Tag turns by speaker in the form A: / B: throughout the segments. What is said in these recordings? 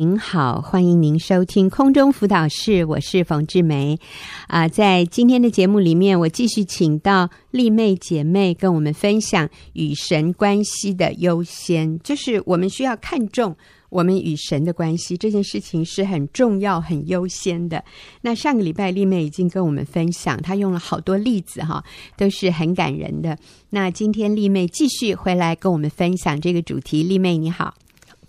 A: 您好，欢迎您收听空中辅导室，我是冯志梅。啊、在今天的节目里面，我继续请到丽妹姐妹跟我们分享与神关系的优先，就是我们需要看重我们与神的关系这件事情是很重要、很优先的。那上个礼拜丽妹已经跟我们分享，她用了好多例子哈，都是很感人的。那今天丽妹继续回来跟我们分享这个主题，丽妹你好。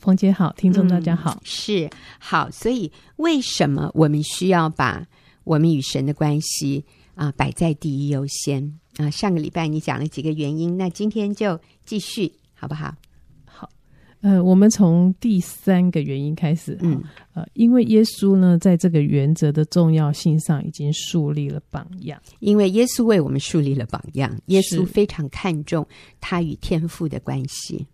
B: 冯姐好，听众大
A: 嗯
B: 家好。
A: 是好，所以为什么我们需要把我们与神的关系啊、摆在第一优先啊、上个礼拜你讲了几个原因，那今天就继续好不好？
B: 呃，我们从第三个原因开始。
A: 嗯，
B: 呃，因为耶稣呢，在这个原则的重要性上已经树立了榜样。
A: 因为耶稣为我们树立了榜样，耶稣
B: 是
A: 非常看重他与天父的关系。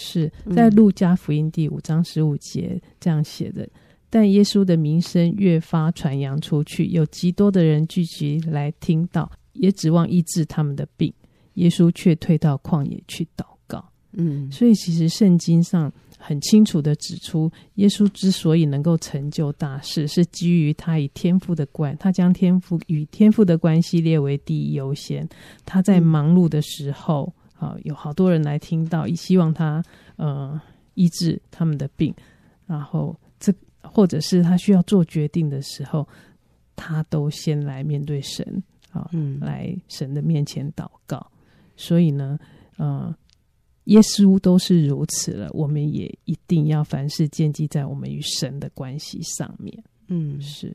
B: 是在路加福音第五章十五节这样写的。但耶稣的名声越发传扬出去，有极多的人聚集来听到，也指望医治他们的病。耶稣却退到旷野去祷告。
A: 嗯
B: 所以其实圣经上很清楚的指出，耶稣之所以能够成就大事，是基于他以天赋的关，他将天赋与天赋的关系列为第一优先。他在
A: 嗯
B: 忙碌的时候，啊、有好多人来听到，希望他呃医治他们的病，然后这或者是他需要做决定的时候，他都先来面对神啊、
A: 嗯，
B: 来神的面前祷告。所以呢，呃，耶稣都是如此了，我们也一定要凡事建基在我们与神的关系上面。
A: 嗯
B: 是，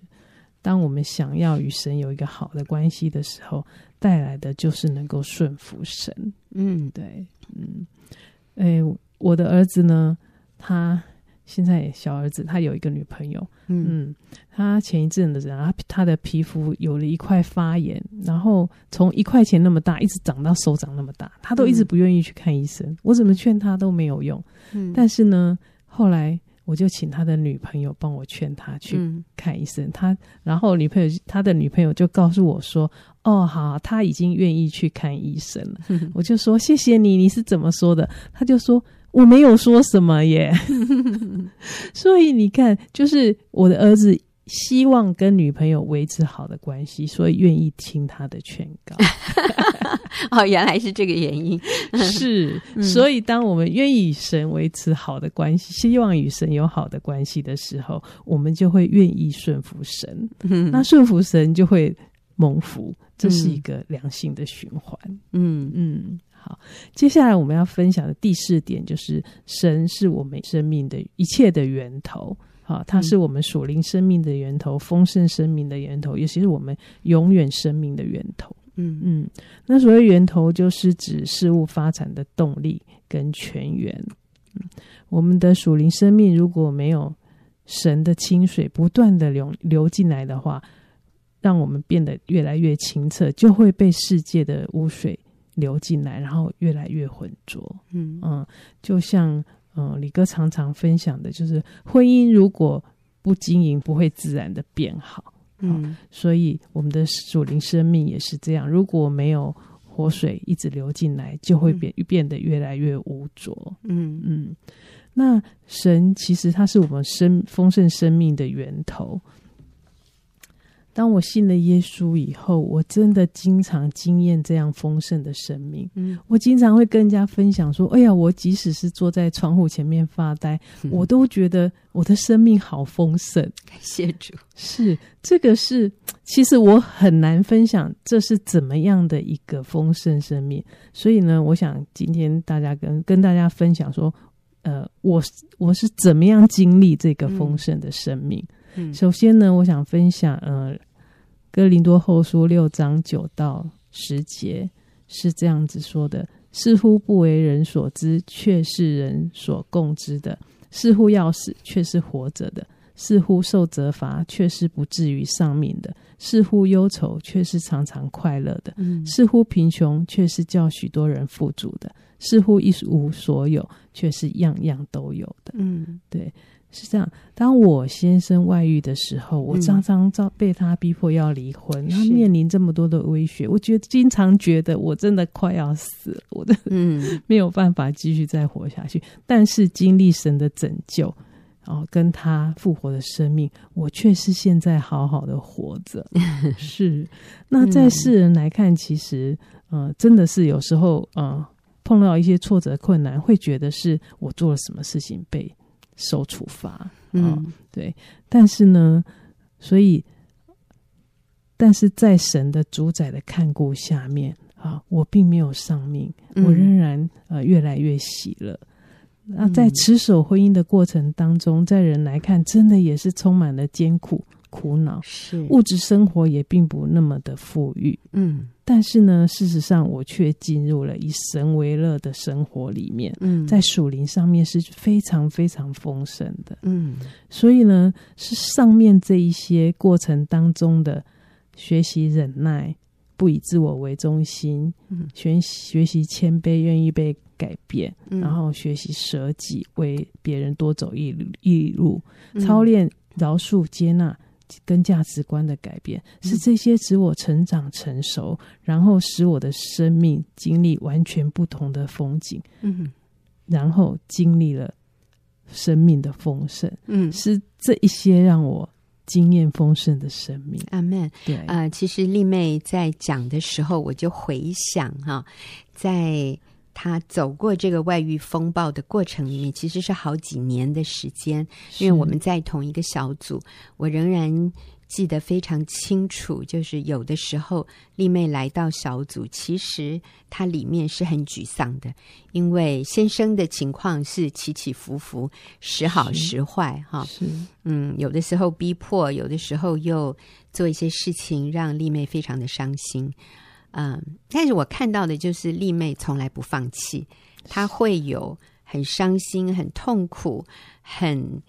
B: 当我们想要与神有一个好的关系的时候，带来的就是能够顺服神。
A: 嗯
B: 对，嗯，诶，我的儿子呢，他现在小儿子，他有一个女朋友，
A: 嗯
B: 嗯，他前一阵子啊，他他的皮肤有了一块发炎，然后从一块钱那么大，一直长到手掌那么大，他都一直
A: 嗯
B: 不愿意去看医生，我怎么劝他都没有用。
A: 嗯，
B: 但是呢，后来我就请他的女朋友帮我劝他去
A: 嗯
B: 看医生，他然后女朋友他的女朋友就告诉我说，哦，好，他已经愿意去看医生了。我就说谢谢你，你是怎么说的？他就说我没有说什么耶。所以你看，就是我的儿子希望跟女朋友维持好的关系，所以愿意听他的劝告。
A: 哦，原来是这个原因。
B: 是，所以当我们愿意与神维持好的关系，希望与神有好的关系的时候，我们就会愿意顺服神。
A: 嗯
B: 那顺服神就会蒙福，这是一个良性的循环。
A: 嗯
B: 嗯，好，接下来我们要分享的第四点就是，神是我们生命的一切的源头。好，它是我们属灵生命的源头，丰盛生命的源头，也是我们永远生命的源头。
A: 嗯
B: 嗯，那所谓源头，就是指事物发展的动力跟泉源。嗯，我们的属灵生命如果没有神的清水不断的流流进来的话，让我们变得越来越清澈，就会被世界的污水流进来，然后越来越浑浊。
A: 嗯
B: 嗯，就像嗯李哥常常分享的，就是婚姻如果不经营，不会自然的变好。
A: 嗯
B: 所以我们的属灵生命也是这样，如果没有活水一直流进来，就会变变得越来越污浊。
A: 嗯
B: 嗯，那神其实他是我们生丰盛生命的源头。当我信了耶稣以后，我真的经常经验这样丰盛的生命。
A: 嗯，
B: 我经常会跟人家分享说：“哎呀，我即使是坐在窗户前面发呆，我都觉得我的生命好丰盛。”
A: 感谢主。
B: 是，这个是，其实我很难分享这是怎么样的一个丰盛生命。所以呢，我想今天大家跟跟大家分享说，呃，我是我是怎么样经历这个丰盛的生命。
A: 嗯
B: 首先呢，我想分享，呃，《哥林多后书》六章九到十节是这样子说的：似乎不为人所知，却是人所共知的；似乎要死，却是活着的；似乎受责罚，却是不至于丧命的；似乎忧愁，却是常常快乐的；
A: 嗯
B: 似乎贫穷，却是叫许多人富足的；似乎一无所有，却是样样都有的。
A: 嗯
B: 是这样，当我先生外遇的时候，我
A: 嗯
B: 常常遭被他逼迫要离婚，他
A: 是
B: 面临这么多的威胁，我觉得经常觉得我真的快要死了，我真的
A: 嗯
B: 没有办法继续再活下去。但是经历神的拯救，哦，跟他复活的生命，我却是现在好好的活 着。是，那
A: 嗯
B: 在世人来看，其实，呃，真的是有时候，呃，碰到一些挫折困难，会觉得是我做了什么事情被受处罚。嗯、
A: 嗯
B: 对。但是呢，所以，但是在神的主宰的看顾下面啊，我并没有丧命，
A: 嗯
B: 我仍然呃越来越喜乐。那在持守婚姻的过程当中，在人来看，真的也是充满了艰苦、苦恼，
A: 是
B: 物质生活也并不那么的富裕。
A: 嗯
B: 但是呢，事实上我却进入了以神为乐的生活里面，
A: 嗯
B: 在属灵上面是非常非常丰盛的。
A: 嗯
B: 所以呢，是上面这一些过程当中的学习忍耐，不以自我为中心，
A: 嗯
B: 学学习谦卑，愿意被改变，
A: 嗯
B: 然后学习舍己，为别人多走一里一路，
A: 嗯
B: 操练饶恕、接纳。跟价值观的改变，
A: 嗯
B: 是这些使我成长成熟，然后使我的生命经历完全不同的风景，
A: 嗯
B: 然后经历了生命的丰盛。
A: 嗯
B: 是这一些让我经验丰盛的生命。
A: 阿门。
B: 对，
A: 呃，其实丽妹在讲的时候，我就回想哈、在她走过这个外遇风暴的过程里面，其实是好几年的时间，因为我们在同一个小组，我仍然。记得非常清楚，就是有的时候丽妹来到小组，其实她里面是很沮丧的，因为先生的情况是起起伏伏，时好
B: 是
A: 时坏哈。
B: 是
A: 嗯，有的时候逼迫，有的时候又做一些事情让丽妹非常的伤心。嗯，但是我看到的就是丽妹从来不放弃，她会有很伤心、很痛苦、很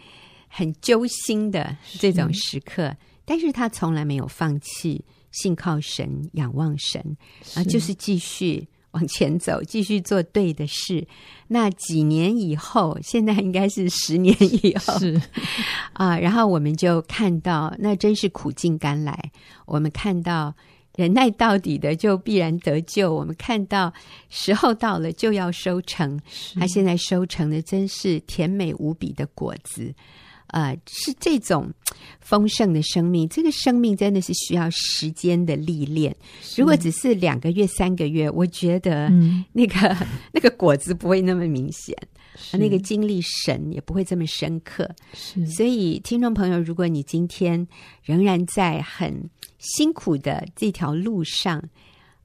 A: 很揪心的这种时刻，但是她从来没有放弃，信靠神、仰望神啊，就是继续。往前走，继续做对的事。那几年以后，现在应该是十年以后，
B: 是
A: 啊，然后我们就看到，那真是苦尽甘来。我们看到忍耐到底的，就必然得救；我们看到时候到了，就要收成。
B: 是
A: 他现在收成的真是甜美无比的果子，呃，是这种丰盛的生命。这个生命真的是需要时间的历练。如果只是两个月、三个月，我觉得
B: 嗯，
A: 那个、那个果子不会那么明显，
B: 是
A: 那个经历神也不会这么深刻。
B: 是
A: 所以，听众朋友，如果你今天仍然在很辛苦的这条路上，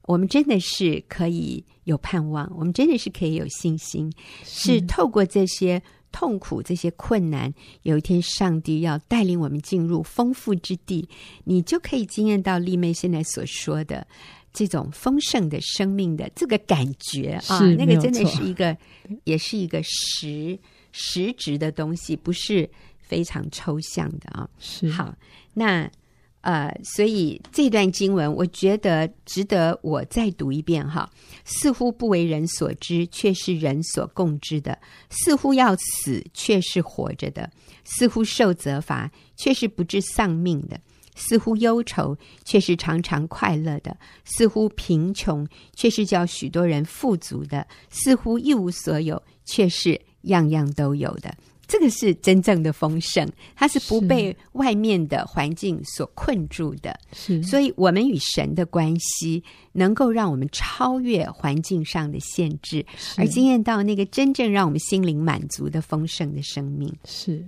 A: 我们真的是可以有盼望，我们真的是可以有信心，是透过这些痛苦、这些困难，有一天上帝要带领我们进入丰富之地，你就可以经验到丽妹现在所说的。这种丰盛的生命的这个感觉啊，
B: 是
A: 那个
B: 没有
A: 真的
B: 错
A: 是一个，也是一个实实质的东西，不是非常抽象的啊。
B: 是
A: 好，那呃，所以这段经文，我觉得值得我再读一遍哈。似乎不为人所知，却是人所共知的；似乎要死，却是活着的；似乎受责罚，却是不致丧命的；似乎忧愁，却是常常快乐的；似乎贫穷，却是叫许多人富足的；似乎一无所有，却是样样都有的。这个是真正的丰盛，它是不
B: 是
A: 被外面的环境所困住的。
B: 是
A: 所以，我们与神的关系能够让我们超越环境上的限制，
B: 是
A: 而经验到那个真正让我们心灵满足的丰盛的生命。
B: 是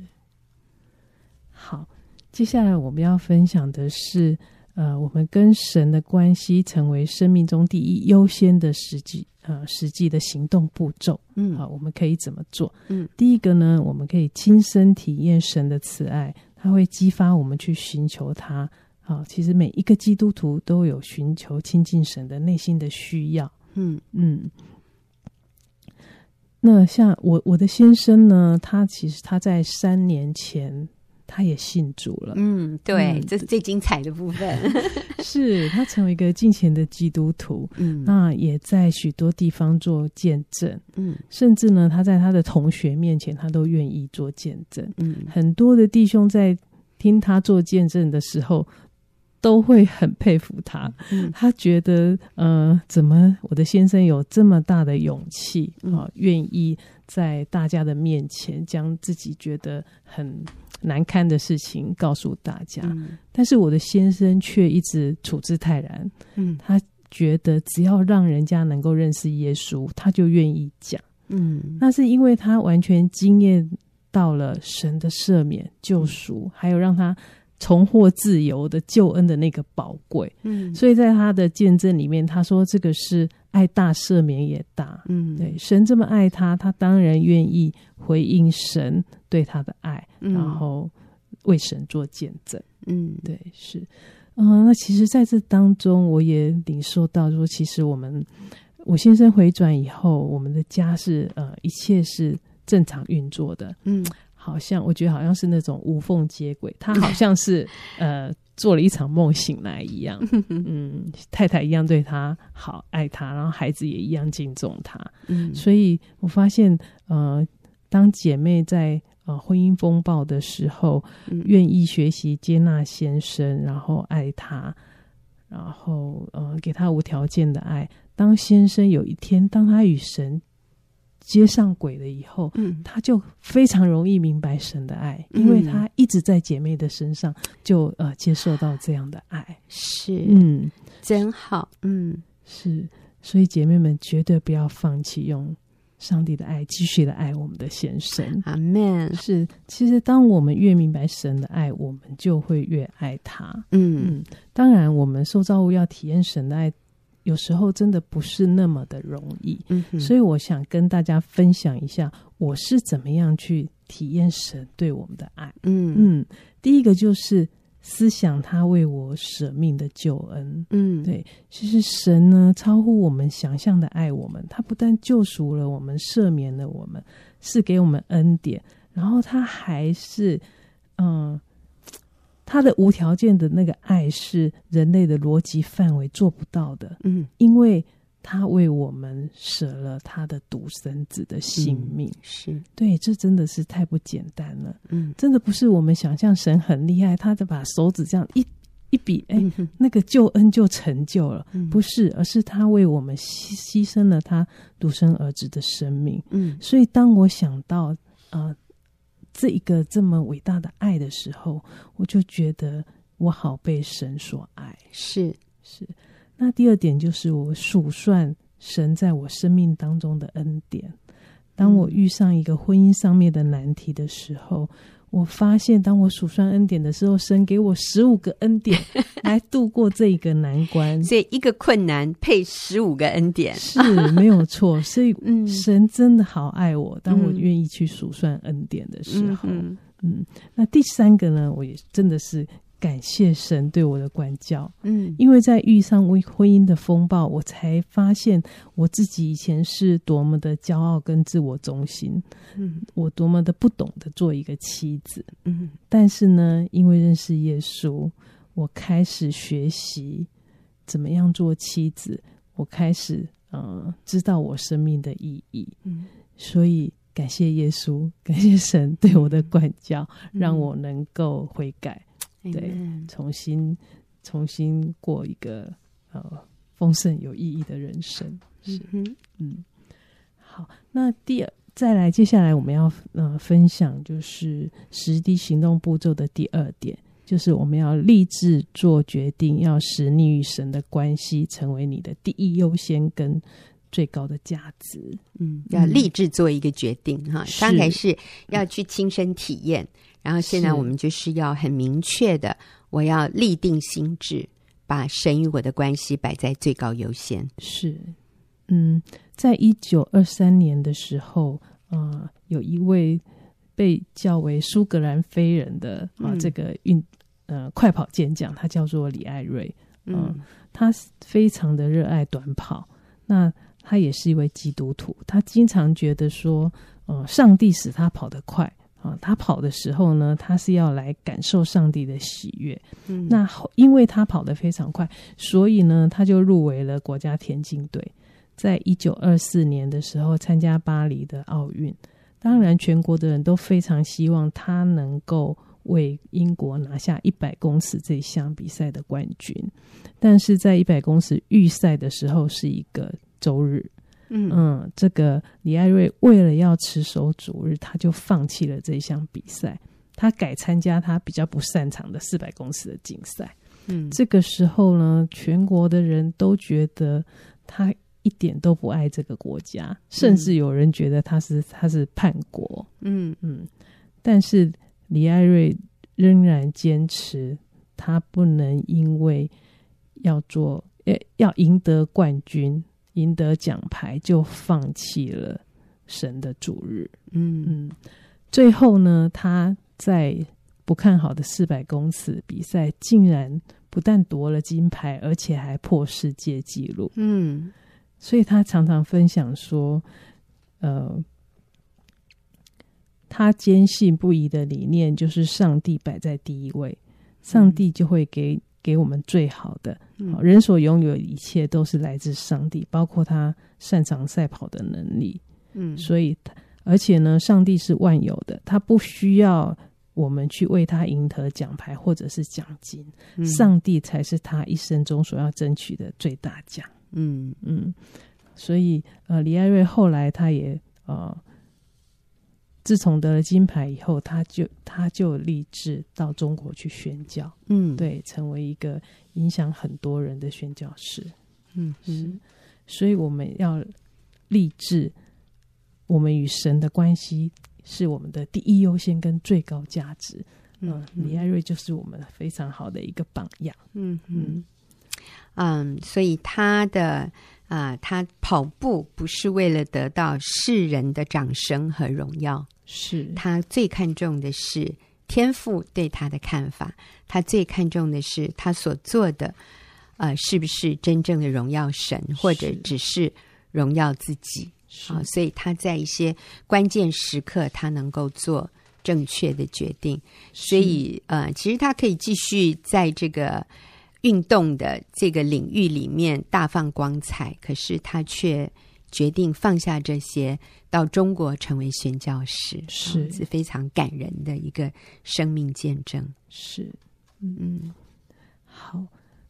B: 好。接下来我们要分享的是，呃，我们跟神的关系成为生命中第一优先的实际呃实际的行动步骤。
A: 嗯
B: 啊好，我们可以怎么做？
A: 嗯，
B: 第一个呢，我们可以亲身体验神的慈爱，它会激发我们去寻求它。好，其实每一个基督徒都有寻求亲近神的内心的需要。
A: 嗯
B: 嗯，那像我我的先生呢，他其实他在三年前他也信主了，
A: 嗯，对，
B: 嗯
A: 这是最精彩的部分。
B: 是他成为一个敬虔的基督徒，
A: 嗯
B: 那也在许多地方做见证，
A: 嗯
B: 甚至呢，他在他的同学面前，他都愿意做见证。
A: 嗯
B: 很多的弟兄在听他做见证的时候，都会很佩服他。
A: 嗯
B: 他觉得，呃，怎么我的先生有这么大的勇气
A: 嗯
B: 啊、愿意在大家的面前将自己觉得很难堪的事情告诉大家？
A: 嗯
B: 但是我的先生却一直处之泰然，
A: 嗯
B: 觉得只要让人家能够认识耶稣，他就愿意讲。
A: 嗯
B: 那是因为他完全经验到了神的赦免、救
A: 嗯
B: 赎，还有让他重获自由的救恩的那个宝贵。
A: 嗯
B: 所以在他的见证里面，他说这个是爱大，赦免也大。
A: 嗯
B: 对，神这么爱他，他当然愿意回应神对他的爱，
A: 嗯
B: 然后为神做见证。
A: 嗯
B: 对，是，嗯、那其实在这当中，我也领受到说，其实我们我先生回转以后，我们的家是呃，一切是正常运作的，
A: 嗯
B: 好像我觉得好像是那种无缝接轨，他好像是呃做了一场梦醒来一样，嗯，太太一样对他好，爱他，然后孩子也一样敬重他，
A: 嗯
B: 所以我发现，呃，当姐妹在呃婚姻风暴的时候，
A: 嗯
B: 愿意学习接纳先生，然后爱他，然后呃给他无条件的爱。当先生有一天，当他与神接上轨了以后，
A: 嗯
B: 他就非常容易明白神的爱，
A: 嗯
B: 因为他一直在姐妹的身上就呃接受到这样的爱。
A: 是
B: 嗯，
A: 真好，嗯
B: 是，所以姐妹们绝对不要放弃用上帝的爱继续的爱我们的先生。
A: 阿门，
B: 是，其实当我们越明白神的爱，我们就会越爱他。
A: 嗯
B: 嗯，当然，我们受造物要体验神的爱，有时候真的不是那么的容易。
A: 嗯哼，
B: 所以我想跟大家分享一下，我是怎么样去体验神对我们的爱。
A: 嗯
B: 嗯，第一个就是思想他为我舍命的救恩。
A: 嗯
B: 对其实神呢，超乎我们想象的爱我们，他不但救赎了我们，赦免了我们，是给我们恩典，然后他还是，嗯、他的无条件的那个爱是人类的逻辑范围做不到的，
A: 嗯
B: 因为他为我们舍了他的独生子的性命。
A: 嗯是
B: 对，这真的是太不简单了，
A: 嗯
B: 真的不是我们想象神很厉害，他就把手指这样一一比，哎、
A: 嗯哼
B: 那个救恩就成就了。
A: 嗯
B: 不是，而是他为我们牺牺牲了他独生儿子的生命。
A: 嗯
B: 所以，当我想到呃这一个这么伟大的爱的时候，我就觉得我好被神所爱。
A: 是
B: 是，那第二点就是我数算神在我生命当中的恩典。当我遇上一个婚姻上面的难题的时候，我发现当我数算恩典的时候，神给我十五个恩典来度过这一个难关。
A: 所以一个困难配十五个恩典，
B: 是没有 错，所以
A: 嗯
B: 神真的好爱我。当我
A: 嗯
B: 愿意去数算恩典的时
A: 嗯
B: 候，
A: 哼
B: 嗯，那第三个呢，我也真的是感谢神对我的管教，
A: 嗯
B: 因为在遇上婚婚姻的风暴，我才发现我自己以前是多么的骄傲跟自我中心，
A: 嗯
B: 我多么的不懂得做一个妻子。
A: 嗯
B: 但是呢，因为认识耶稣，我开始学习怎么样做妻子，我开始呃知道我生命的意义，
A: 嗯，
B: 所以感谢耶稣， 感谢神对我的管教，
A: 嗯
B: 让我能够悔改，对
A: Amen
B: 重新重新过一个呃丰盛有意义的人生。是
A: 嗯哼
B: 嗯，好，那第二再来，接下来我们要呃分享就是实地行动步骤的第二点，就是我们要立志做决定，要使你与神的关系成为你的第一优先跟最高的价值。
A: 嗯，要
B: 嗯
A: 立志做一个决定哈。
B: 是
A: 刚才是要去亲身体验，然后现在
B: 是
A: 我们就是要很明确的，我要立定心智，把神与我的关系摆在最高优先。
B: 是，嗯，在一九二三年的时候，呃，有一位被叫为苏格兰飞人的啊、
A: 嗯
B: 这个运呃快跑健将，他叫做李艾瑞。
A: 嗯
B: 他非常的热爱短跑，那他也是一位基督徒，他经常觉得说，呃，上帝使他跑得快啊、他跑的时候呢，他是要来感受上帝的喜悦。
A: 嗯
B: 那后因为他跑得非常快，所以呢，他就入围了国家田径队，在一九二四年的时候参加巴黎的奥运。当然，全国的人都非常希望他能够为英国拿下一百公尺这项比赛的冠军。但是在一百公尺预赛的时候是一个周日，
A: 嗯
B: 嗯，这个李艾瑞为了要持守主日，他就放弃了这项比赛，他改参加他比较不擅长的四百公尺的竞赛。
A: 嗯，
B: 这个时候呢，全国的人都觉得他一点都不爱这个国家，甚至有人觉得他是他是叛国。
A: 嗯
B: 嗯，但是李艾瑞仍然坚持，他不能因为要做呃要赢得冠军、赢得奖牌，就放弃了神的主日。
A: 嗯
B: 嗯，最后呢，他在不看好的四百公尺比赛，竟然不但夺了金牌，而且还破世界纪录。
A: 嗯
B: 所以他常常分享说，呃，他坚信不疑的理念就是上帝摆在第一位，上帝就会给给我们最好的。
A: 嗯
B: 好人所拥有的一切都是来自上帝，包括他擅长赛跑的能力。
A: 嗯，
B: 所以他，而且呢，上帝是万有的，他不需要我们去为他赢得奖牌或者是奖金，
A: 嗯
B: 上帝才是他一生中所要争取的最大奖。
A: 嗯
B: 嗯，所以呃，李艾瑞后来他也呃，自从得了金牌以后，他就他就立志到中国去宣教，
A: 嗯
B: 对，成为一个影响很多人的宣教士。
A: 嗯
B: 是，所以我们要立志，我们与神的关系是我们的第一优先跟最高价值。嗯
A: 嗯，
B: 李艾瑞就是我们非常好的一个榜样。
A: 嗯嗯
B: 嗯，
A: 嗯，所以他的啊、他跑步不是为了得到世人的掌声和荣耀，
B: 是
A: 他最看重的是天赋对他的看法，他最看重的是他所做的，呃，是不是真正的荣耀神，或者
B: 是
A: 只是荣耀自己？
B: 是
A: 啊、所以他在一些关键时刻，他能够做正确的决定。所以呃，其实他可以继续在这个运动的这个领域里面大放光彩，可是他却决定放下这些，到中国成为宣教师，
B: 是
A: 啊是非常感人的一个生命见证。
B: 是
A: 嗯
B: 好。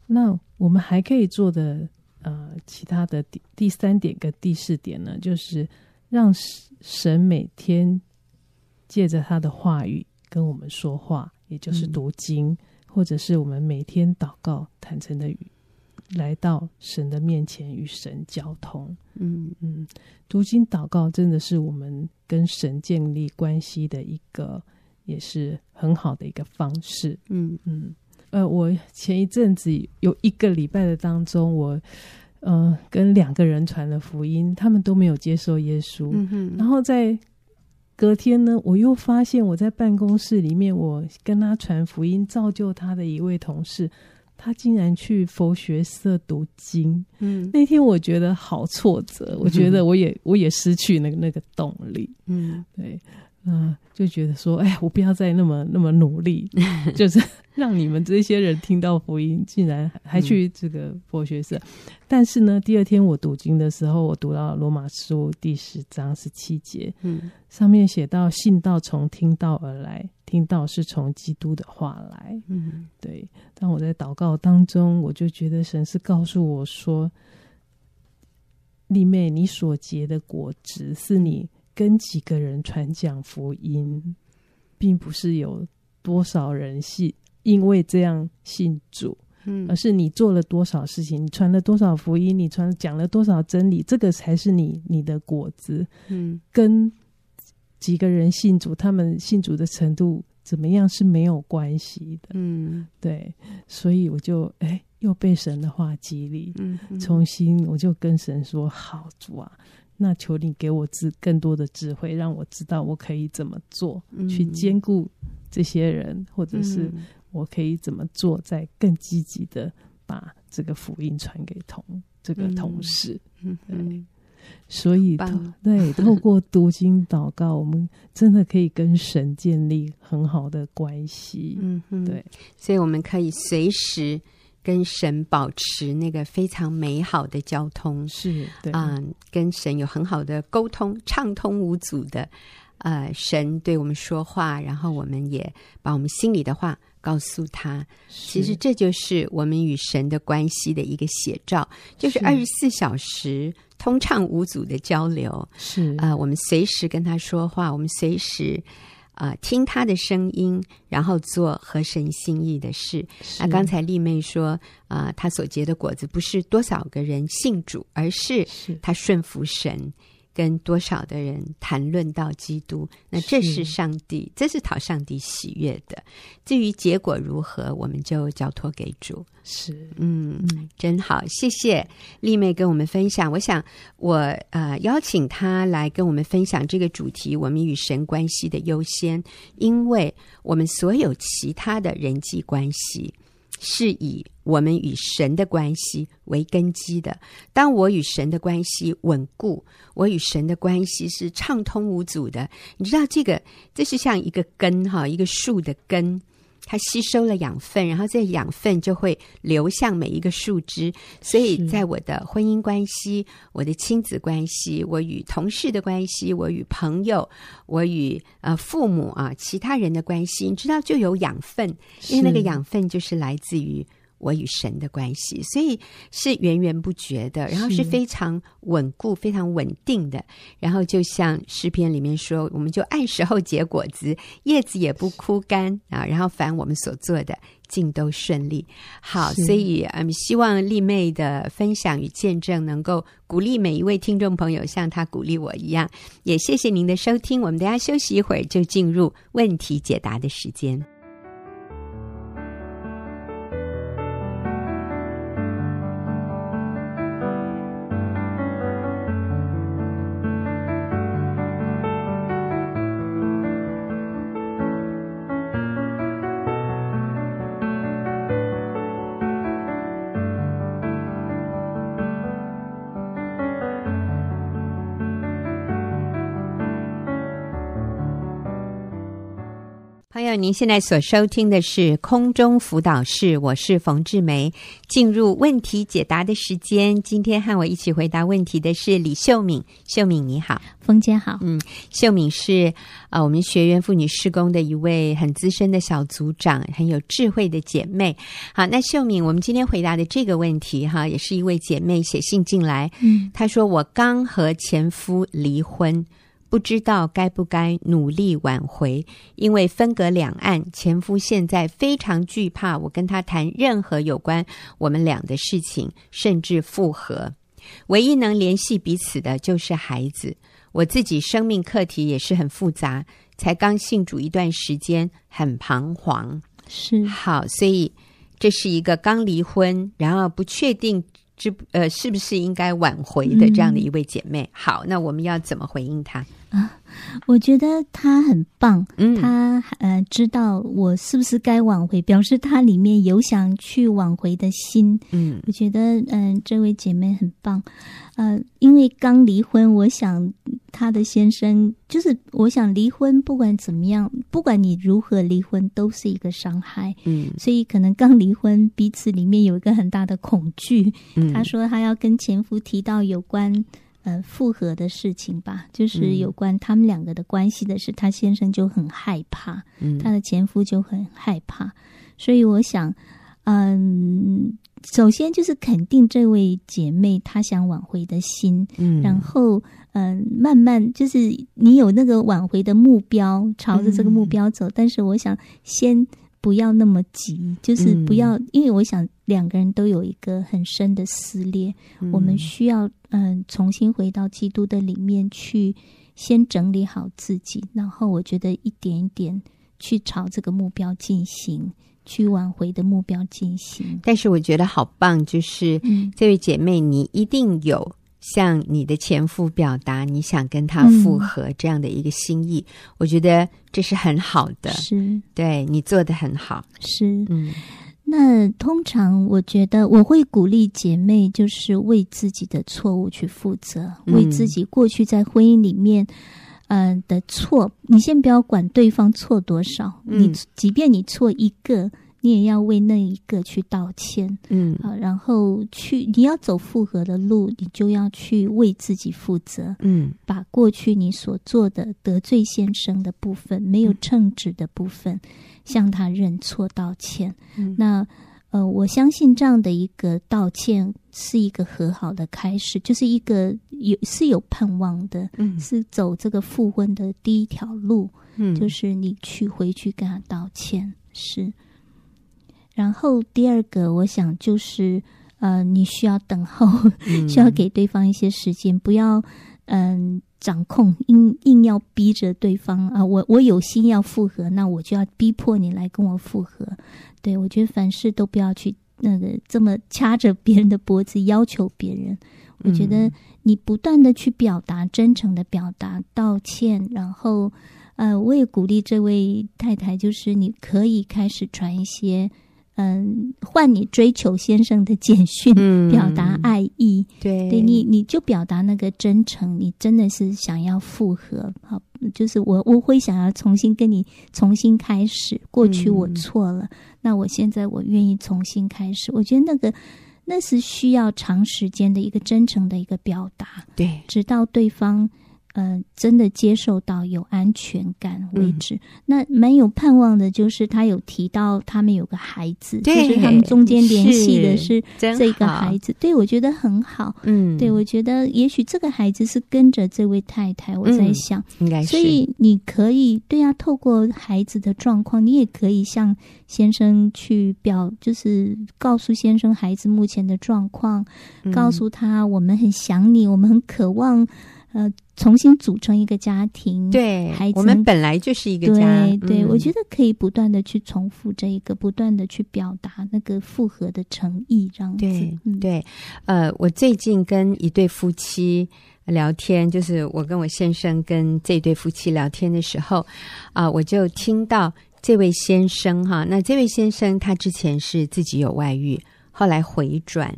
B: 那我们还可以做的呃，其他的第第三点跟第四点呢，就是让神神每天借着他的话语跟我们说话，也就是
A: 嗯
B: 读经，或者是我们每天祷告，坦诚的与来到神的面前与神交通。
A: 嗯
B: 嗯，读经祷告真的是我们跟神建立关系的一个，也是很好的一个方式。
A: 嗯
B: 嗯，呃，我前一阵子有一个礼拜的当中，我呃跟两个人传了福音，他们都没有接受耶稣。
A: 嗯哼
B: 然后在隔天呢，我又发现我在办公室里面，我跟他传福音，造就他的一位同事，他竟然去佛学社读经。
A: 嗯
B: 那天我觉得好挫折，我觉得我也我也失去那个那个动力。
A: 嗯
B: 对，嗯、就觉得说，哎，我不要再那么那么努力，就是让你们这些人听到福音，竟然还还去这个佛学社。但是呢，第二天我读经的时候，我读到罗马书第十章十七节，
A: 嗯
B: 上面写到：信道从听道而来，听道是从基督的话来。
A: 嗯
B: 对，当我在祷告当中，我就觉得神是告诉我说：“丽妹，你所结的果子是你跟几个人传讲福音，并不是有多少人信，因为这样信主，
A: 嗯
B: 而是你做了多少事情，你传了多少福音，你传讲了多少真理，这个才是你你的果子。
A: 嗯
B: 跟几个人信主，他们信主的程度怎么样是没有关系的。”
A: 嗯
B: 对，所以我就哎又被神的话激励，
A: 嗯，
B: 重新我就跟神说：“好主啊，那求你给我智更多的智慧，让我知道我可以怎么做，去兼顾这些人，或者是
A: 嗯
B: 我可以怎么做，再更积极的把这个福音传给同这个同
A: 嗯
B: 事。
A: 嗯嗯
B: 所以
A: 棒
B: 透，对，透过读经祷告，我们真的可以跟神建立很好的关系。
A: 嗯嗯
B: 对，
A: 所以我们可以随时跟神保持那个非常美好的交通啊
B: 是，对
A: 啊、跟神有很好的沟通，畅通无阻的呃神对我们说话，然后我们也把我们心里的话告诉他。其实这就是我们与神的关系的一个写照，就是
B: 是
A: 二十四小时通畅无阻的交流。
B: 是
A: 啊、我们随时跟他说话，我们随时啊、听他的声音，然后做合神心意的事。那啊刚才丽妹说啊、她所结的果子不是多少个人信主，而是
B: 是
A: 她顺服神。跟多少的人谈论到基督，那这
B: 是
A: 是上帝，这是讨上帝喜悦的。至于结果如何，我们就交托给主。
B: 是
A: 嗯，真好，谢谢丽妹跟我们分享。我想我呃邀请她来跟我们分享这个主题——我们与神关系的优先，因为我们所有其他的人际关系是以我们与神的关系为根基的。当我与神的关系稳固，我与神的关系是畅通无阻的。你知道这个，这是像一个根哈，一个树的根。它吸收了养分，然后这养分就会流向每一个树枝。所以
B: 是
A: 在我的婚姻关系、我的亲子关系、我与同事的关系、我与朋友、我与呃父母啊其他人的关系，你知道就有养分，因为那个
B: 是
A: 养分就是来自于。我与神的关系，所以是源源不绝的，然后是
B: 是
A: 非常稳固、非常稳定的。然后就像诗篇里面说，我们就按时候结果子，叶子也不枯干啊。然后凡我们所做的，尽都顺利。好，
B: 是
A: 所以嗯，希望丽妹的分享与见证能够鼓励每一位听众朋友，像她鼓励我一样。也谢谢您的收听，我们等一下休息一会儿，就进入问题解答的时间。朋友，您现在所收听的是空中辅导室，我是冯志梅。进入问题解答的时间，今天和我一起回答问题的是李秀敏。秀敏你好，
C: 冯姐好，
A: 秀敏是呃我们学员妇女施工的一位很资深的小组长，很有智慧的姐妹。好，那秀敏，我们今天回答的这个问题哈，也是一位姐妹写信进来，
C: 嗯，
A: 她说：“我刚和前夫离婚，不知道该不该努力挽回，因为分隔两岸，前夫现在非常惧怕我跟他谈任何有关我们俩的事情，甚至复合。唯一能联系彼此的就是孩子。我自己生命课题也是很复杂，才刚信主一段时间，很彷徨。
C: 是
A: 好，所以这是一个刚离婚，然后不确定之呃是不是应该挽回的这样的一位姐
C: 嗯
A: 妹。好，那我们要怎么回应她？
C: 我觉得他很棒，
A: 嗯
C: 他呃知道我是不是该挽回，表示他里面有想去挽回的心。
A: 嗯
C: 我觉得嗯、这位姐妹很棒，呃，因为刚离婚，我想她的先生就是我想离婚，不管怎么样，不管你如何离婚，都是一个伤害。
A: 嗯
C: 所以可能刚离婚，彼此里面有一个很大的恐惧，
A: 嗯，
C: 她说她要跟前夫提到有关呃复合的事情吧，就是
A: 嗯
C: 有关他们两个的关系的事，她先生就很害怕，
A: 嗯
C: 她的前夫就很害怕，所以我想，嗯，首先就是肯定这位姐妹她想挽回的心，
A: 嗯
C: 然后嗯、呃慢慢就是你有那个挽回的目标，朝着这个
A: 嗯
C: 目标走。但是我想先不要那么急，就是
A: 嗯
C: 不要，因为我想两个人都有一个很深的撕裂，我
A: 嗯
C: 们需要嗯、呃重新回到基督的里面去，先整理好自己，然后我觉得一点一点去朝这个目标进行，去挽回的目标进行。
A: 但是我觉得好棒，就是
C: 嗯，
A: 这位姐妹，你一定有。向你的前夫表达你想跟他
C: 嗯
A: 复合这样的一个心意，我觉得这是很好的，
C: 是
A: 对你做的很好。
C: 是，
A: 嗯
C: 那通常我觉得我会鼓励姐妹，就是为自己的错误去负责，
A: 嗯
C: 为自己过去在婚姻里面。嗯、的错，你先不要管对方错多少，
A: 嗯
C: 你即便你错一个，你也要为那一个去道歉
A: 嗯
C: 啊。然后去，你要走复合的路，你就要去为自己负责，
A: 嗯
C: 把过去你所做的得罪先生的部分、
A: 嗯
C: 没有称职的部分，向他认错道歉。
A: 嗯
C: 那呃，我相信这样的一个道歉是一个和好的开始，就是一个有是有盼望的，
A: 嗯
C: 是走这个复婚的第一条路，
A: 嗯
C: 就是你去回去跟他道歉是。然后第二个，我想就是呃，你需要等候， 需要给对方一些时间，不要嗯。掌控硬硬要逼着对方啊，我我有心要复合，那我就要逼迫你来跟我复合。对我觉得凡事都不要去那个这么掐着别人的脖子要求别人。我觉得你不断的去表达，真诚的表达道歉，然后呃，我也鼓励这位太太，就是你可以开始传一些嗯、换你追求先生的简讯，
A: 嗯
C: 表达爱意。
A: 对
C: 对你，你就表达那个真诚，你真的是想要复合，好，就是我我会想要重新跟你重新开始，过去我
A: 嗯
C: 错了，那我现在我愿意重新开始，我觉得那个那是需要长时间的一个真诚的一个表达，
A: 对
C: 直到对方。呃，真的接受到有安全感为
A: 嗯
C: 止，那蛮有盼望的。就是他有提到他们有个孩子，就
A: 对
C: 是他们中间联系的
A: 是
C: 是
A: 真
C: 这个
A: 好
C: 孩子，对我觉得很好。
A: 嗯
C: 对，我觉得也许这个孩子是跟着这位太太，我在想，
A: 应嗯该是
C: 所以你可以对啊，透过孩子的状况，你也可以向先生去表，就是告诉先生孩子目前的状况，
A: 嗯
C: 告诉他我们很想你，我们很渴望，呃，重新组成一个家庭。
A: 嗯。对
C: 孩子
A: 我们本来就是一个家嗯
C: 对，对，我觉
A: 得
C: 得可以不断的去重复这一个，不断的去表达那个复合的诚意，这样子。
A: 对
C: 嗯，
A: 对，呃，我最近跟一对夫妻聊天，就是我跟我先生跟这对夫妻聊天的时候，啊、我就听到这位先生哈，那这位先生他之前是自己有外遇，后来回转，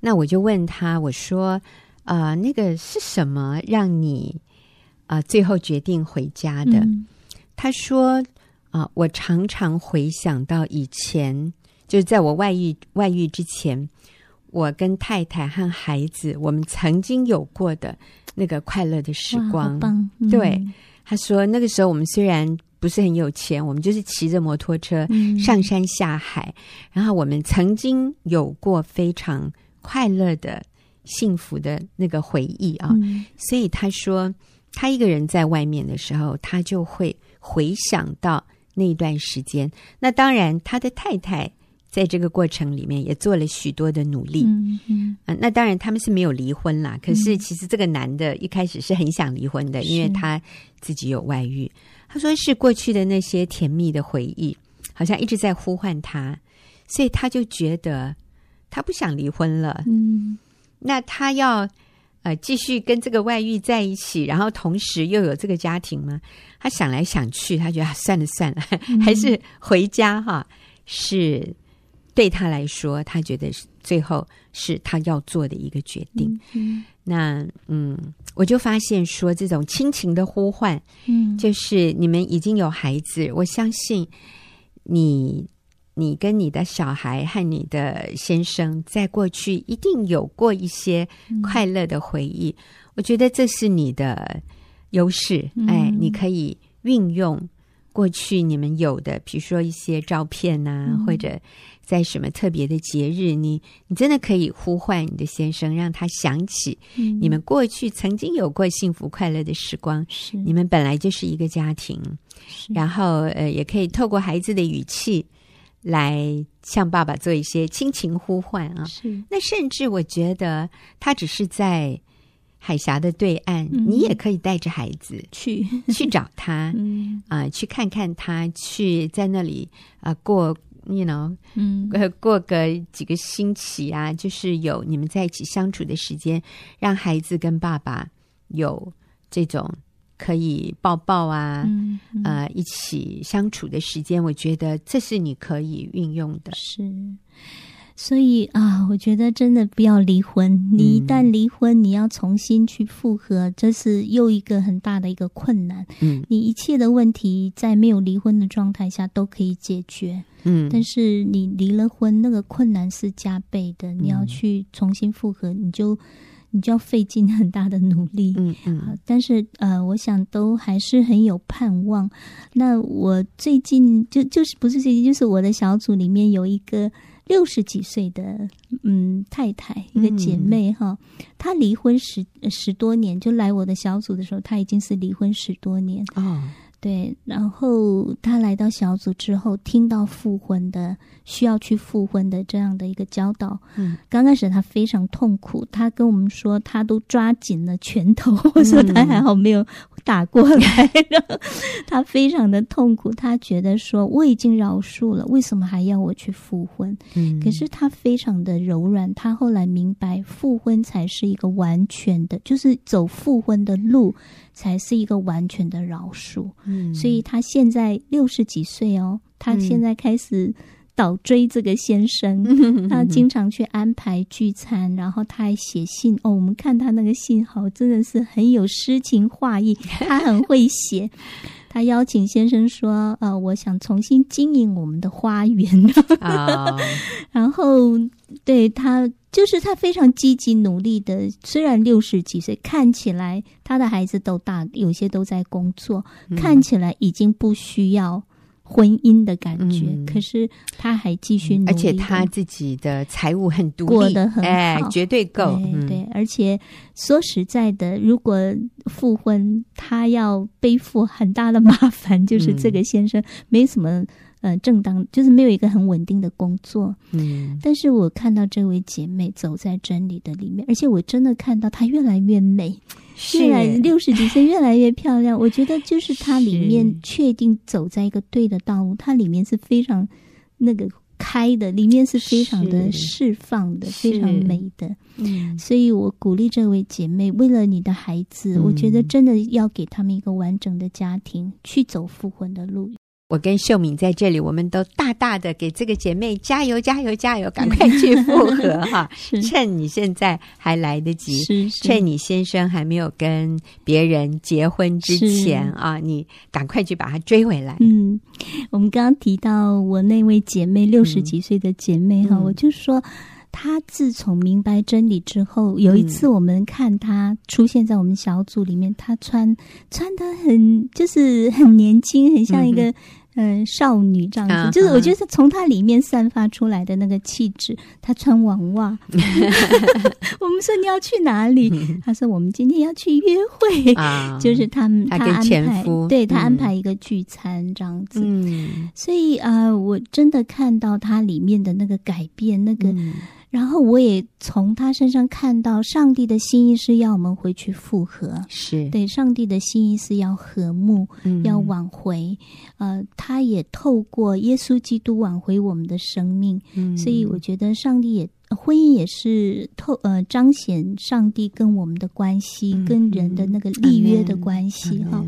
A: 那我就问他，我说，啊，那个是什么让你啊、最后决定回家的？
C: 嗯
A: 他说：“啊、我常常回想到以前，就是在我外遇外遇之前，我跟太太和孩子，我们曾经有过的那个快乐的时
C: 哇好
A: 光。
C: 棒，嗯
A: 对，他说，那个时候我们虽然不是很有钱，我们就是骑着摩托车
C: 嗯
A: 上山下海，然后我们曾经有过非常快乐的、幸福的那个回忆啊。
C: 嗯
A: 所以他说，他一个人在外面的时候，他就会回想到那一段时间。那当然，他的太太在这个过程里面也做了许多的努力。
C: 嗯嗯，
A: 啊，那当然他们是没有离婚啦。可是
C: 嗯
A: 其实这个男的一开始是很想离婚的，
C: 是
A: 因为他自己有外遇。他说是过去的那些甜蜜的回忆，好像一直在呼唤他，所以他就觉得他不想离婚了。
C: 嗯
A: 那他要呃继续跟这个外遇在一起，然后同时又有这个家庭吗？他想来想去，他觉得、啊、算了算了，
C: 嗯
A: 还是回家哈，是对他来说，他觉得是最后是他要做的一个决定。
C: 嗯
A: 那嗯，我就发现说，这种亲情的呼唤，
C: 嗯，
A: 就是你们已经有孩子，我相信你，你跟你的小孩和你的先生，在过去一定有过一些
C: 嗯
A: 快乐的回忆。我觉得这是你的优势，
C: 嗯
A: 哎，你可以运用过去你们有的，比如说一些照片呐、
C: 嗯
A: 或者在什么特别的节日，你你真的可以呼唤你的先生，让他想起
C: 嗯
A: 你们过去曾经有过幸福快乐的时光。
C: 是
A: 你们本来就是一个家庭，
C: 是
A: 然后呃，也可以透过孩子的语气来向爸爸做一些亲情呼唤啊。
C: 是
A: 那甚至我觉得，他只是在海峡的对岸，
C: 嗯
A: 你也可以带着孩 子
C: 去
A: 去找他
C: 嗯
A: 啊、去看看他，去在那里啊、过，you know，
C: 嗯
A: 呃，过个几个星期啊，就是有你们在一起相处的时间，让孩子跟爸爸有这种可以抱抱啊。
C: 嗯嗯
A: 呃一起相处的时间，我觉得这是你可以运用的。
C: 是。所以啊，我觉得真的不要离婚。你一旦离婚，你要重新去复合，这是又一个很大的一个困难。
A: 嗯
C: 你一切的问题在没有离婚的状态下都可以解决，
A: 嗯
C: 但是你离了婚，那个困难是加倍的。你要去重新复合，你就你就要费尽很大的努力。
A: 嗯
C: 啊
A: 嗯，
C: 但是呃，我想都还是很有盼望。那我最近就就是不是最近，就是我的小组里面有一个六十几岁的嗯太太，一个姐妹哈，她离婚十呃十多年，就来我的小组的时候，她已经是离婚十多年。
A: 哦，
C: 对，然后她来到小组之后，听到复婚的需要去复婚的这样的一个教导，
A: 嗯，
C: 刚开始她非常痛苦，她跟我们说，她都抓紧了拳头， 我说
A: 嗯
C: 她还好没有打过来，然后她非常的痛苦，她觉得说我已经饶恕了，为什么还要我去复婚？
A: 嗯
C: 可是她非常的柔软，她后来明白复婚才是一个完全的，就是走复婚的路才是一个完全的饶恕。
A: 嗯
C: 所以她现在六十几岁哦，她
A: 嗯
C: 现在开始倒追这个先生，她经常去安排聚餐，然后她还写信哦。我们看她那个信好，真的是很有诗情画意，她很会写。她邀请先生说：“呃，我想重新经营我们的花园。”
A: 啊，
C: 嗯然后对他，就是他非常积极努力的。虽然六十几岁，看起来他的孩子都大，有些都在工作，
A: 嗯
C: 看起来已经不需要婚姻的感觉。
A: 嗯
C: 可是他还继续努力
A: 而
C: 地，
A: 且他自己的财务很独立，
C: 过得很
A: 哎
C: 好，
A: 绝对够，
C: 对
A: 嗯
C: 对，而且说实在的，如果复婚，他要背负很大的麻烦，就是这
A: 嗯
C: 个先生没什么呃正当，就是没有一个很稳定的工作。
A: 嗯
C: 但是我看到这位姐妹走在真理的里面，而且我真的看到她越来越美，
A: 是
C: 越来六十几岁越来越漂 亮。我觉得就是她里
A: 是
C: 面确定走在一个对的道路，她里面是非常那个开的，里面是非常的释放的，
A: 是
C: 非常美的。
A: 嗯
C: 所以我鼓励这位姐妹，为了你的孩子，
A: 嗯
C: 我觉得真的要给他们一个完整的家庭，去走复婚的路。
A: 我跟秀敏在这里，我们都大大的给这个姐妹加油加油加
C: 嗯
A: 油，赶快去复合 哈，
C: 是
A: 趁你现在还来得及。
C: 是是
A: 趁你先生还没有跟别人结婚之
C: 是
A: 前啊，你赶快去把他追回来。
C: 嗯，我们刚刚提到我那位姐妹六十几岁的姐妹哈、
A: 嗯
C: 我就说她自从明白真理之后，有一
A: 嗯
C: 次我们看她出现在我们小组里面，她穿穿的很就是很年轻，很像一个。嗯，少女这样子，
A: 啊哈
C: 就是我觉得是从她里面散发出来的那个气质。她穿网 袜，我们说你要去哪里？她说我们今天要去约会，
A: 啊，
C: 就是他们
A: 他
C: 他
A: 跟
C: 安
A: 前
C: 排
A: 夫
C: 对他安
A: 嗯
C: 排一个聚餐这样子，
A: 嗯，
C: 所以呃，我真的看到他里面的那个改变，那个，
A: 嗯
C: 然后我也从他身上看到上帝的心意是要我们回去复合。
A: 是
C: 对，上帝的心意是要和睦，
A: 嗯
C: 要挽回，呃，他也透过耶稣基督挽回我们的生命，
A: 嗯
C: 所以我觉得上帝也呃婚姻也是透呃彰显上帝跟我们的关系，
A: 嗯
C: 跟人的那个立约的关系哈、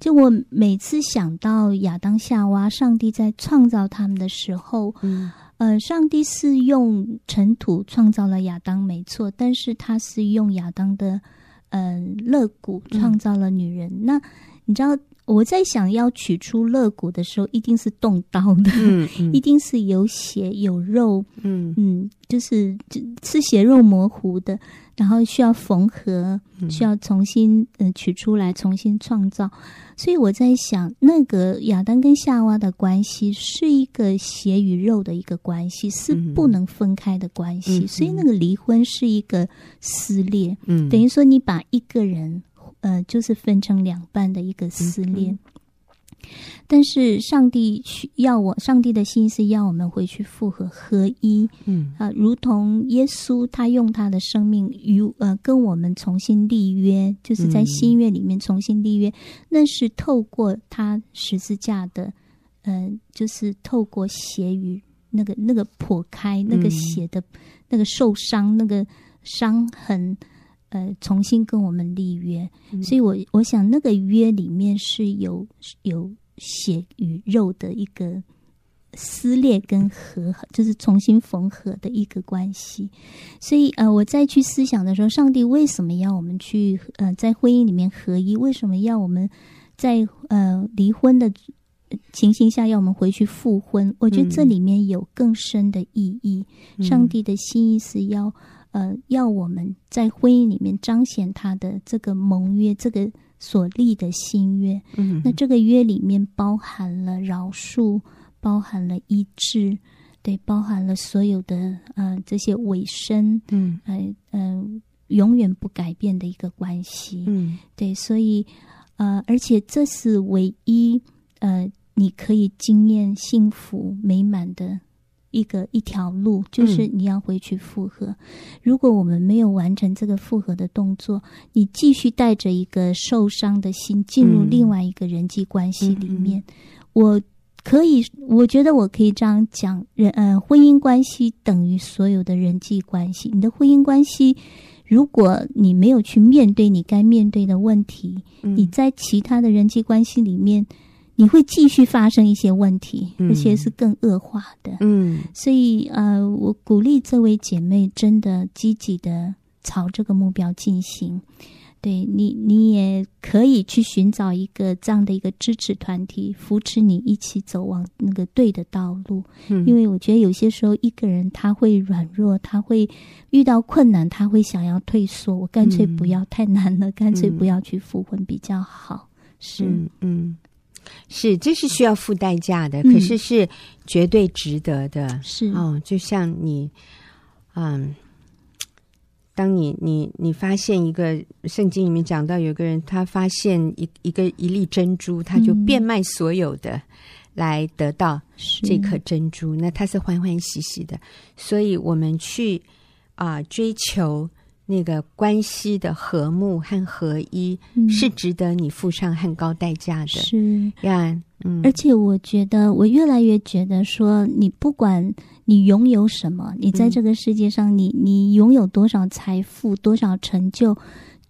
C: 就我每次想到亚当夏娃，上帝在创造他们的时候，
A: 嗯
C: 呃，上帝是用尘土创造了亚当，没错，但是他是用亚当的嗯、呃、肋骨创造了女人。那你知道我在想要取出肋骨的时候，一定是动刀的。
A: 嗯
C: 一
A: 嗯
C: 定是有血有肉，
A: 嗯
C: 嗯，就是就是血肉模糊的，然后需要缝合，
A: 嗯
C: 需要重新呃取出来，重新创造。所以我在想，那个亚当跟夏娃的关系是一个血与肉的一个关系，是
A: 嗯
C: 不能分开的关系。
A: 嗯
C: 所以那个离婚是一个撕裂，
A: 嗯
C: 等于说你把一个人，呃，就是分成两半的一个撕裂。但是上帝需要我，上帝的心是要我们回去复合合一
A: 嗯
C: 啊、如同耶稣他用他的生命与呃跟我们重新立约，就是在
A: 嗯
C: 新约里面重新立约，那是透过他十字架的，呃，就是透过血与那个那个破开那个
A: 嗯
C: 血的、那个受伤那个伤痕，呃，重新跟我们立约。
A: 嗯
C: 所以我我想那个约里面是有有血与肉的一个撕裂跟和，就是重新缝合的一个关系。所以呃，我再去思想的时候，上帝为什么要我们去呃在婚姻里面合一？为什么要我们在呃离婚的情形下要我们回去复婚？我觉得这里面有更深的意义。
A: 嗯
C: 上帝的心意是要呃要我们在婚姻里面彰显他的这个盟约，这个所立的新约。
A: 嗯，
C: 那这个约里面包含了饶恕，包含了医治，对，包含了所有的呃这些尾声，
A: 嗯
C: 呃呃永远不改变的一个关系。
A: 嗯
C: 对，所以呃，而且这是唯一呃你可以经验幸福美满的一个一条路，就是你要回去复合。如果我们没有完成这个复合的动作，你继续带着一个受伤的心进入
A: 嗯
C: 另外一个人际关系里面，我。可以，我觉得我可以这样讲，人呃，婚姻关系等于所有的人际关系。你的婚姻关系，如果你没有去面对你该面对的问题，
A: 嗯
C: 你在其他的人际关系里面，你会继续发生一些问题，
A: 嗯
C: 而且是更恶化的。
A: 嗯
C: 所以，呃，我鼓励这位姐妹真的积极的朝这个目标进行。对你，你也可以去寻找一个这样的一个支持团体，扶持你一起走往那个对的道路。
A: 嗯
C: 因为我觉得有些时候一个人他会软弱，他会遇到困难，他会想要退缩。我干脆不
A: 嗯
C: 要太难了，干脆不要去复婚比较好。是，
A: 嗯嗯，是，这是需要付代价的，
C: 嗯
A: 可是是绝对值得的。
C: 是，嗯
A: 哦，就像你，嗯，当你你你发现一个圣经里面讲到有一个人，他发现一一个一粒珍珠，他就
C: 嗯
A: 变卖所有的。来得到
C: 是
A: 这颗珍珠，那他是欢欢喜喜的，所以我们去啊、追求那个关系的和睦和合一，
C: 嗯
A: 是值得你付上很高代价的
C: 是。哎
A: 呀。嗯，
C: 而且我觉得，我越来越觉得说，你不管你拥有什么，你在这个世界上你，你拥有多少财富、多少成就，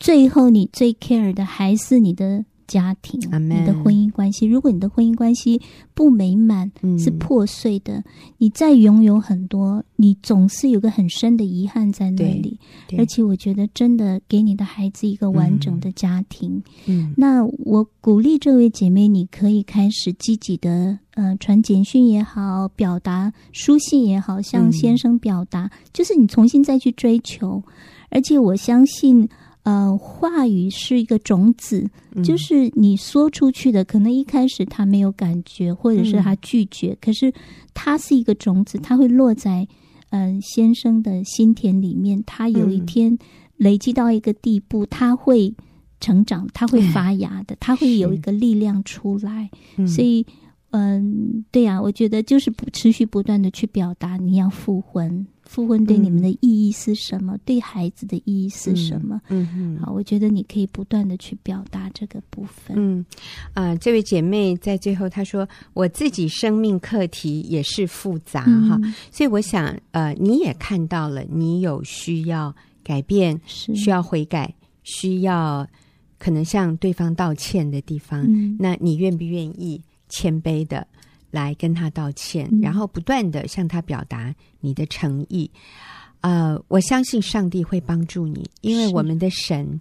C: 最后你最 care 的还是你的家庭、
A: Amen
C: 你的婚姻关系。如果你的婚姻关系不美满，
A: 嗯
C: 是破碎的，你再拥有很多，你总是有个很深的遗憾在那
A: 对
C: 里。
A: 对
C: 而且我觉得，真的给你的孩子一个完整的家庭，
A: 嗯
C: 那我鼓励这位姐妹，你可以开始积极的，呃，传简讯也好，表达书信也好，向
A: 嗯
C: 先生表达，就是你重新再去追求。而且我相信，呃，话语是一个种子，
A: 嗯
C: 就是你说出去的，可能一开始他没有感觉，或者是他拒绝，
A: 嗯
C: 可是它是一个种子，它会落在嗯、呃先生的心田里面，它有一
A: 嗯
C: 天累积到一个地步，它会成长，它会发芽的，它会有一个力量出来。
A: 嗯
C: 所以，嗯，对呀、我觉得就是不持续不断的去表达你要复婚，复婚对你们的意义是什么，对孩子的意义是什么。
A: 嗯嗯
C: 好，啊我觉得你可以不断的去表达这个部分。
A: 嗯，啊、这位姐妹在最后她说：“我自己生命课题也是复杂哈，
C: 嗯
A: 所以我想，呃，你也看到了，你有需要改变、
C: 是
A: 需要悔改、需要可能向对方道歉的地方，
C: 嗯
A: 那你愿不愿意谦卑的来跟他道歉，
C: 嗯
A: 然后不断的向他表达你的诚意？呃，我相信上帝会帮助你，因为
C: 是
A: 我们的神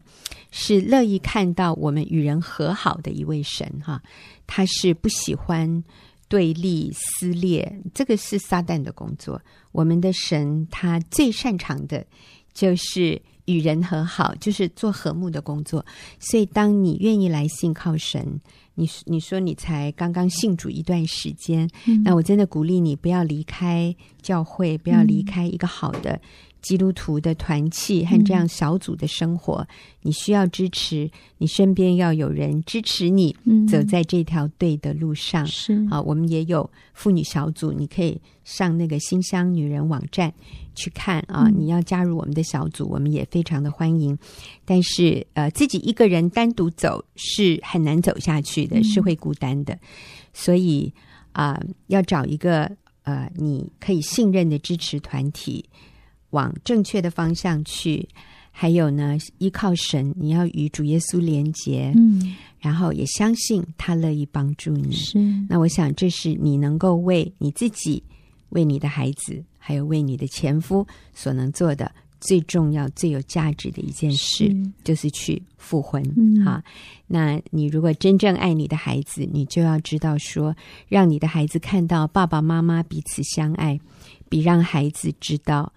A: 是乐意看到我们与人和好的一位神哈、他是不喜欢对立撕裂，这个是撒旦的工作。我们的神他最擅长的就是与人和好，就是做和睦的工作。所以，当你愿意来信靠神，你你说你才刚刚信主一段时间，
C: 嗯
A: 那我真的鼓励你不要离开教会，不要离开一个好
C: 嗯
A: 的基督徒的团契和这样小组的生活。你需要支持，你身边要有人支持你
C: 嗯
A: 走在这条对的路上。
C: 是
A: 啊，我们也有妇女小组，你可以上那个新乡女人网站去看啊。
C: 嗯
A: 你要加入我们的小组，我们也非常的欢迎。但是呃，自己一个人单独走是很难走下去的，
C: 嗯
A: 是会孤单的。所以啊、要找一个呃你可以信任的支持团体，往正确的方向去。还有呢，依靠神，你要与主耶稣连结，
C: 嗯，
A: 然后也相信他乐意帮助你。
C: 是，
A: 那我想，这是你能够为你自己、为你的孩子，还有为你的前夫所能做的最重要、最有价值的一件事，就是去复婚。
C: 嗯
A: 哈，那你如果真正爱你的孩子，你就要知道说，让你的孩子看到爸爸妈妈彼此相爱，比让孩子知道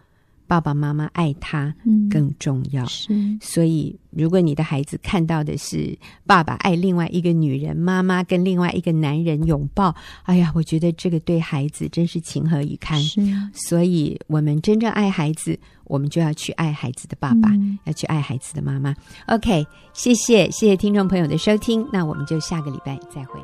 A: 爸爸妈妈爱他
C: 嗯，
A: 更重要。
C: 是，
A: 所以，如果你的孩子看到的是爸爸爱另外一个女人，妈妈跟另外一个男人拥抱，哎呀，我觉得这个对孩子真是情何以堪。
C: 是
A: 所以，我们真正爱孩子，我们就要去爱孩子的爸爸，
C: 嗯
A: 要去爱孩子的妈妈。OK，谢谢，谢谢听众朋友的收听，那我们就下个礼拜再会。